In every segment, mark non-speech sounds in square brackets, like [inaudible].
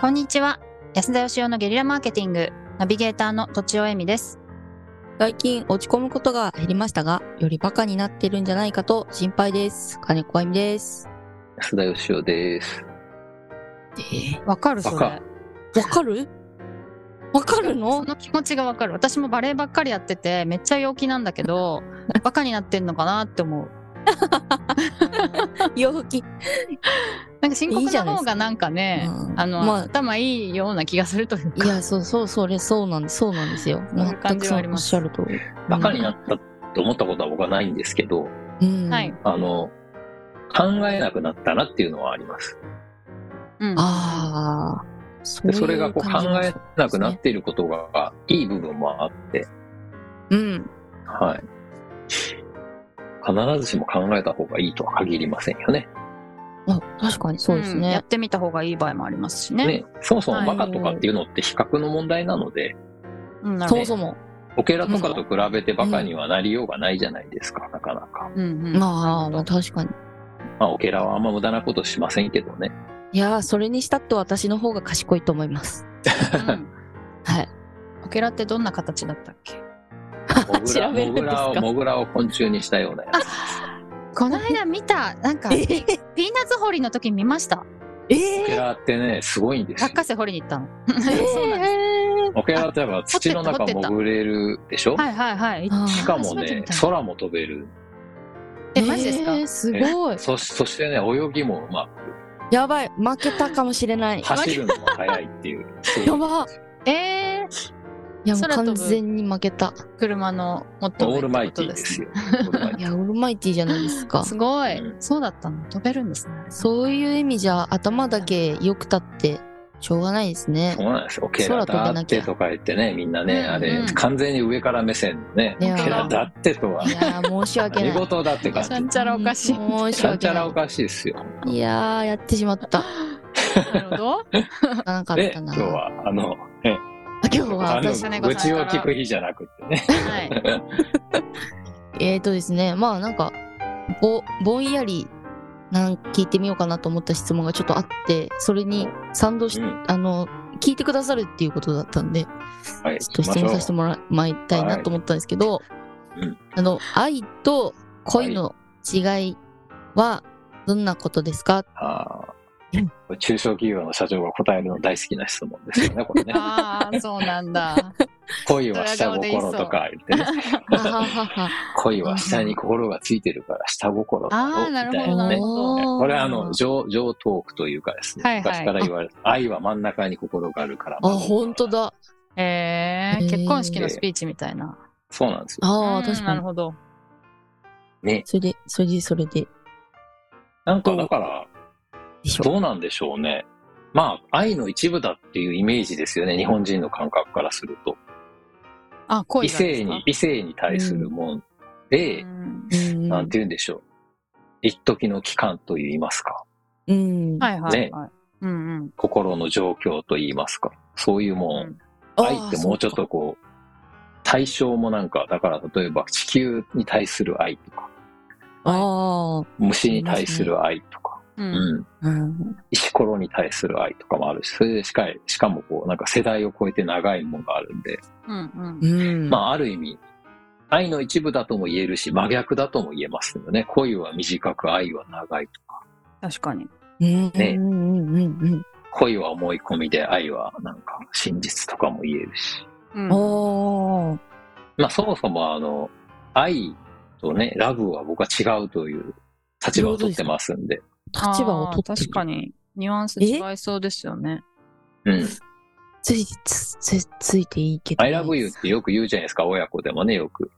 こんにちは。安田義雄のゲリラマーケティング、ナビゲーターのとちおえみです。最近落ち込むことが減りましたが、よりバカになってるんじゃないかと心配です。金子あゆみです。安田義雄です。わかるそれ。わかわかるわかるそ [laughs] のの気持ちがわかる。私もバレエばっかりやってて、めっちゃ陽気なんだけど、バカになってんのかなって思う。陽気。なんか深刻いいじなゃない方ですかがなんかね、うんあの、ま頭いいような気がするというあ、いか。や、そうそう、それ、そうなんです。そうなんですよ。そういう感全くじはそあうりおっますしゃるとり。バカになったって思ったことは僕はないんですけど、うん。はい。。あの、考えなくなったなっていうのはあります。うん。ああ。そ。でそれがこう考えなくなってていることがいい部分もあって、うん。はい。必ずしも考えた方がいいとは限りませんよね。あ、確かにそうですんやっね。てみた方がいい場合もありますしね。ね、そもそはもいバカとかっていうのって比較の問題なので、うん、なるそほもど。そも。オケラとかと比べてバカにはなりようがないじゃないですか、なかなか。うんうん。まあ、まあ、確かに。まあ、オケラはあんま無駄なことしませんけどね。いやー、それにしたって私の方が賢いと思います。うんはい。オケラってどんな形だったっけモグラ [laughs] 調べるモんでグすラかを、モグラを昆虫にしたようなやつ。この間見た、なんか、ピーナッツ掘りの時見ました。えオケえラってね、すごいんですよ落。花生掘りに行ったの。そうなんです。ー。オケラってやっぱ土の中潜れるでしょ、はいはいはい。あーしかもね、空も飛べる。え、マジですかえーすごい。そそしてね、泳ぎもうまやばい、負けたかもしれないく、。走るのも速いっていう。[laughs] すやごいばえー、いや、もう空飛ぶ完全に負けた。車のもっとオールマ上っイてことティーですね。よ。オールマいイティや、オールマイティじゃないですか。すごい、うそうだったの。飛べるんですね。そういう意味じゃ、頭だけ良くたって、しょうがないですねそう。なんですよ。オケラだってとか言ってね、みんなね、あうんれ、うん完全に上から目線のね、いオやー、ケラだってとはいやー、申し訳見な [laughs] い。事だって感じちゃ。んちゃらおかしい。申しちゃんち訳ゃならおかしいですよ。い。いやー、やってしまった。なるほど。なかなかっで、た今な。日は、あの、ね今日はあの私、私ね愚痴を聞く日じゃなくてね。はい。。えーとですね、まあなんか、ぼ、ぼんやり、なん聞いてみようかなと思った質問がちょっとあって、それに賛同し、うんあの、聞いてくださるっていうことだったんで、はい、ちょっ行とき質問ましょさせてう。もらもらいたいなと思ったんですけど、いうんあの、愛と恋の違いはどんなことですか、あー中小企業の社長が答えるの大好きな質問ですよね、これね [laughs] ああ、そうなん [laughs] だ。恋は下心とか言って [laughs] ね。はははは。恋は下に心がついてるから下心だあろあ、みなたるいほど、ななるね。ほど。これはあの、上、上トークというかですね、はいはい昔から言われる、愛は真ん中に心があるから。あ、本当だ。えー、へー結婚式のスピーチみたいな。そうなんですよ。あうあ、ん確なかるに。ほど。ね。それで、それで、それで、なんかだから、でしょ。どうなんでしょうね。まあ、愛の一部だっていうイメージですよね、日本人の感覚からすると。あ、恋異がです性かに、異性に対するもんで、うんうんなんて言うんでしょう。一時の期間と言いますか。うん。はいはい、はいねうんうん。心の状況と言いますか。そういうもん。あー愛ってもうちょっそうとこう、対象もなんか、だから例えば地球に対する愛とか、かあ虫に対する愛とか、う。うんん。あ、うん。石ころに対する愛とかもあるし、それでしかしかもこう、なんか世代を超えて長いものがあるんで、うんうん。うん。まあある意味、愛の一部だとも言えるし、真逆だとも言えますよね。恋は短く、愛は長いとか、確かに。うん、ねうん、うん、うん、恋は思い込みで、愛はなんか真実とかも言えるし。うんうん。おー。まあそもそもあの、愛とね、ラブは僕は違うという立場を取ってますんで。立場を取ってあーる確かに。ニュアンス違いそうですよね。うん。ついつ、つ、ついていいけど。 I love you ってよく言うじゃないですか、親子でもね、よく。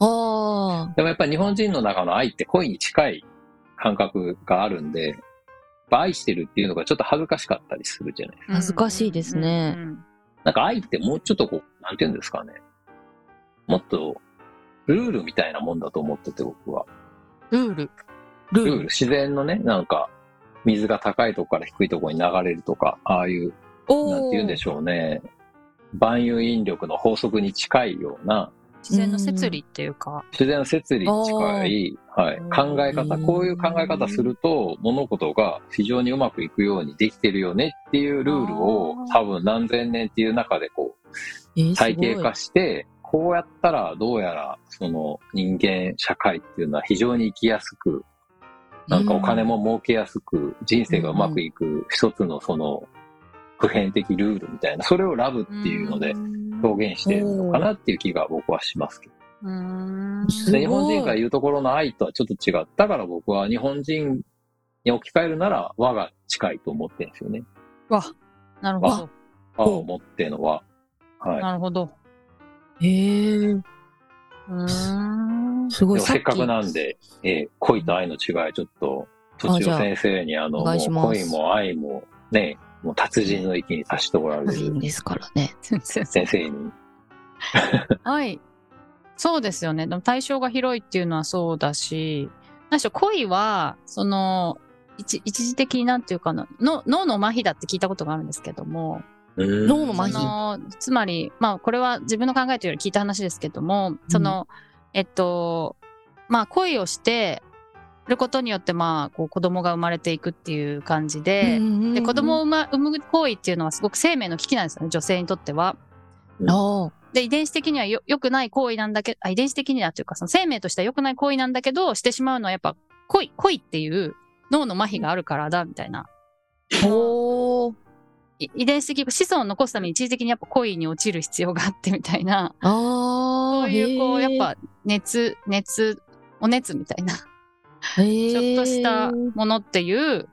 ああ。でもやっぱり日本人の中の愛って恋に近い感覚があるんで、やっぱ愛してるっていうのがちょっと恥ずかしかったりするじゃないですか。恥ずかしいですねうんうんうんなんか愛ってもうちょっとこう、なんて言うんですかね。もっと、ルールみたいなもんだと思ってて僕は。ルール。ルルール、自然のね、なんか、水が高いとこから低いとこに流れるとか、ああいうおなんて言うんでょしょうね。万有引力の法則に近いような自然の摂理っていうか、自然の摂理に近い、はい、考え方、こういう考え方すると物事が非常にうまくいくようにできてるよねっていうルールをあー多分何千年っていう中でこえーうすご体い系化して、こうやったらどうやらその人間社会っていうのは非常に生きやすく、なんかお金も儲けやすく、人生がうまくいく一つのその普遍的ルールみたいな、それをラブっていうので表現してるのかなっていう気が僕はしますけど。うーんすごいで日本人が言うところの愛とはちょっと違ったから僕は日本人に置き換えるなら和が近いと思ってるんですよね。わなるほど和を持ってのは。はい。なるほどえー、うーんすごいでもせっかくなんで、えー恋と愛の違いちょっと、あ土じゃ地あ先生にあの、おも願いしまうす恋も愛もね、もう達人の域に達しておられいいんるですからね全然先生に。 [laughs] はい。そうですよね。でも対象が広いっていうのはそうだし、何でしょう、恋は、その、一一時的になんていうかなの、脳の麻痺だって聞いたことがあるんですけども、脳の麻そ痺のつまり、まあ、これは自分の考えというより聞いた話ですけども、その、えっと、まあ、恋をしてることによって、まあ、こう子供が生まれていくっていう感じで、でで子供を産,、ま、産む行為っていうのはすごく生命の危機なんですよね、女性にとっては。あで、遺伝子的にはよ良くない行為なんだけど、あ遺伝子的にはというか、その生命としては良くない行為なんだけど、してしまうのはやっぱ恋、恋っていう脳の麻痺があるからだ、みたいな。あおーい遺伝子的、子孫を残すために一時的にやっぱ恋に落ちる必要があってみたいな、あそあういうこう、やっぱ熱、熱、お熱みたい [laughs] な、ちちょっとしたちょものっていう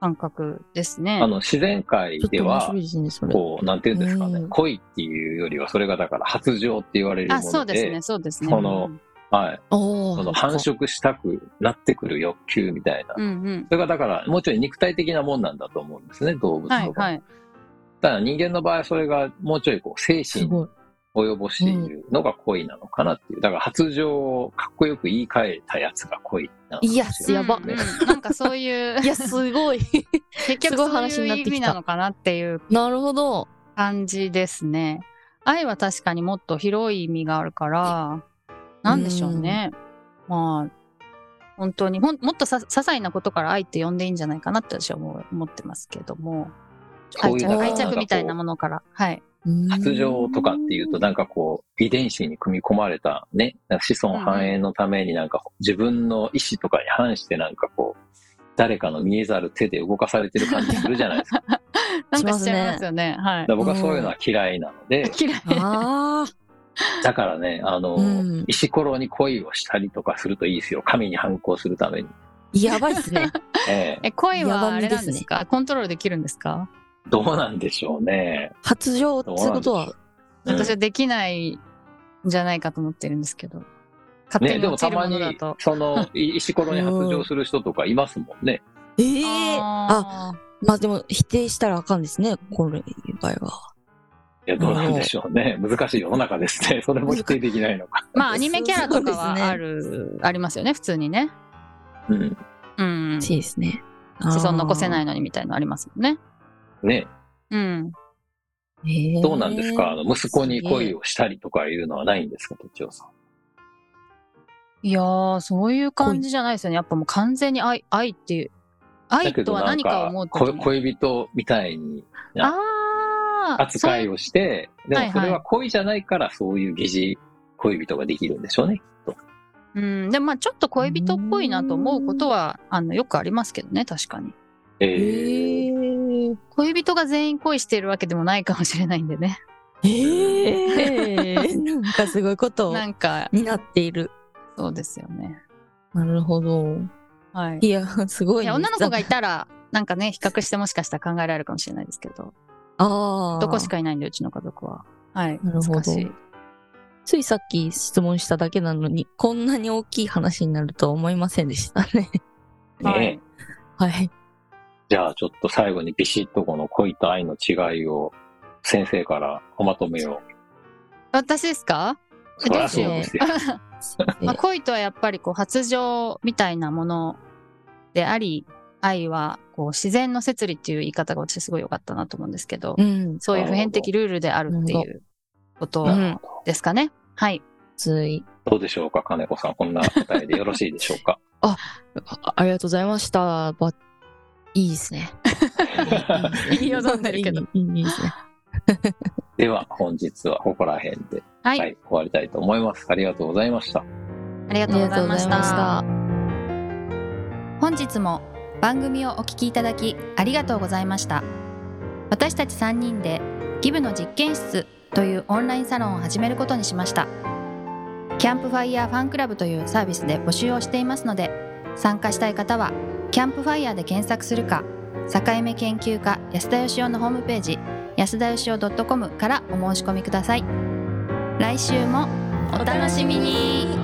感覚ですあね。の、自然界っでと面は白い、ですねそれこう、なんていうんですかね、うん恋っていうよりは、それがだから発情って言われるもあ、ので、そうですね、そうですね。このはい。おーその繁殖したくなってくる欲求みたいな。うんうん。それがだから、もうちょい肉体的なもんなんだと思うんですね、動物の場は合。いはい。ただ人間の場合はそれがもうちょいこう精す神ごいを及ぼしているのが恋なのかなっていう。だから発情をかっこよく言い換えたやつが恋なのかもしれないいやすやばうんうんなんかそういう [laughs] い、やすごい結局すごいそう話にいなうっ意てきた味なのかなっていうなるほど感じですね。愛は確かにもっと広い意味があるから、なんでしょうね。まあ、本当にほん、もっとさ些細なことから愛って呼んでいいんじゃないかなって私は思う思ってますけども。そ愛ういう着だから愛なん着かみたいなこものから。はい。う発情とかっていうとなんかこう遺伝子に組み込まれたね、なんか子孫繁栄のためになんか自分の意志とかに反してなんかこう、誰かの見えざる手で動かされてる感じするじゃない [laughs] ですか。なんかしましすねちゃいますよね。はいだか。ら僕はそういうのは嫌いなので、嫌い。あだからね、あの、うん石ころに恋をしたりとかするといいですよ。神に反抗するために。あやばいっすねえええ、恋やばはみあれなんでですすかコントロールできるんですかどうなんでしょうね。発情って [laughs] ことはうん私はできないんじゃないかと思ってるんですけど。勝手ね、にでも落ちたるまものにだと。、その、い石ころに発情する人とかいますもんね。ええああーまあでも否定したらあかんですねこの場合はいや、どうなんでしょうね。難しい世の中ですね。それも否定できないのか。まあ、アニメキャラとかそうはですねある、ありますよね、普通にね。うん。うん。そうですね子孫残せないいのにみたいのありますもんね。ね、うん。どうなんですか、あの息子に恋ををしたりとかいうのはないんですか、とちおさん。いやー、そういう感じじゃないですよね。やっぱもう完全に愛、愛っていう。愛とは何かを思うとこ恋人みたいにああ、扱いを。をして、ではいもはいそれは恋じゃないからそういう疑似恋人ができるんでしょうね。うん。でもまあ、ちょっと恋人っぽいなと思うことは、あの、よくありますけどね、確かに。ええーー恋人が全員恋してるわけでもないかもしれないんでね。えーなんかすごいことなんか、になっているそうですよね。なるほどはい。いやすごいいねや、女の子がいたら、なんかね、比較してもしかしたら考えられるかもしれないですけど。ああどこしかいないんで、うちの家族は。はい。なるほど難しい。ついさっき質問しただけなのに、こんなに大きい話になるとは思いませんでしたね。 [laughs] はねいはい。じゃあちょっと最後にビシッとこの恋と愛の違いを先生からおまとめを。私ですか、そりゃそうですよ。まあ、恋とはやっぱりこう発情みたいなものであり、愛はこう自然の摂理っていう言い方が私すごい良かったなと思うんですけど、うん。そういう普遍的ルールであるっていうことなるほどですかね。はい。熱い。どうでしょうか、金子さん。こんな答えでよろしいでしょ [laughs] うか。あありがとうございました。ばいいですね。 [laughs] 言いよどんでるけど。いいいいいいですね。では、本日はここら辺で、は。はいい、終わりたいと思います。ありがとうございました。ありがあとりうごがざというごまざいし。ましたた。本日も番組をお聞きいただきありがとうございました私たち3人でギブの実験室というオンラインサロンを始めることにしましたキャンプファイヤーファンクラブというサービスで募集をしていますので参加したい方はキャンプファイヤーで検索するか境目研究家安田義雄のホームページ安田義雄 .com からお申し込みください来週もお楽しみに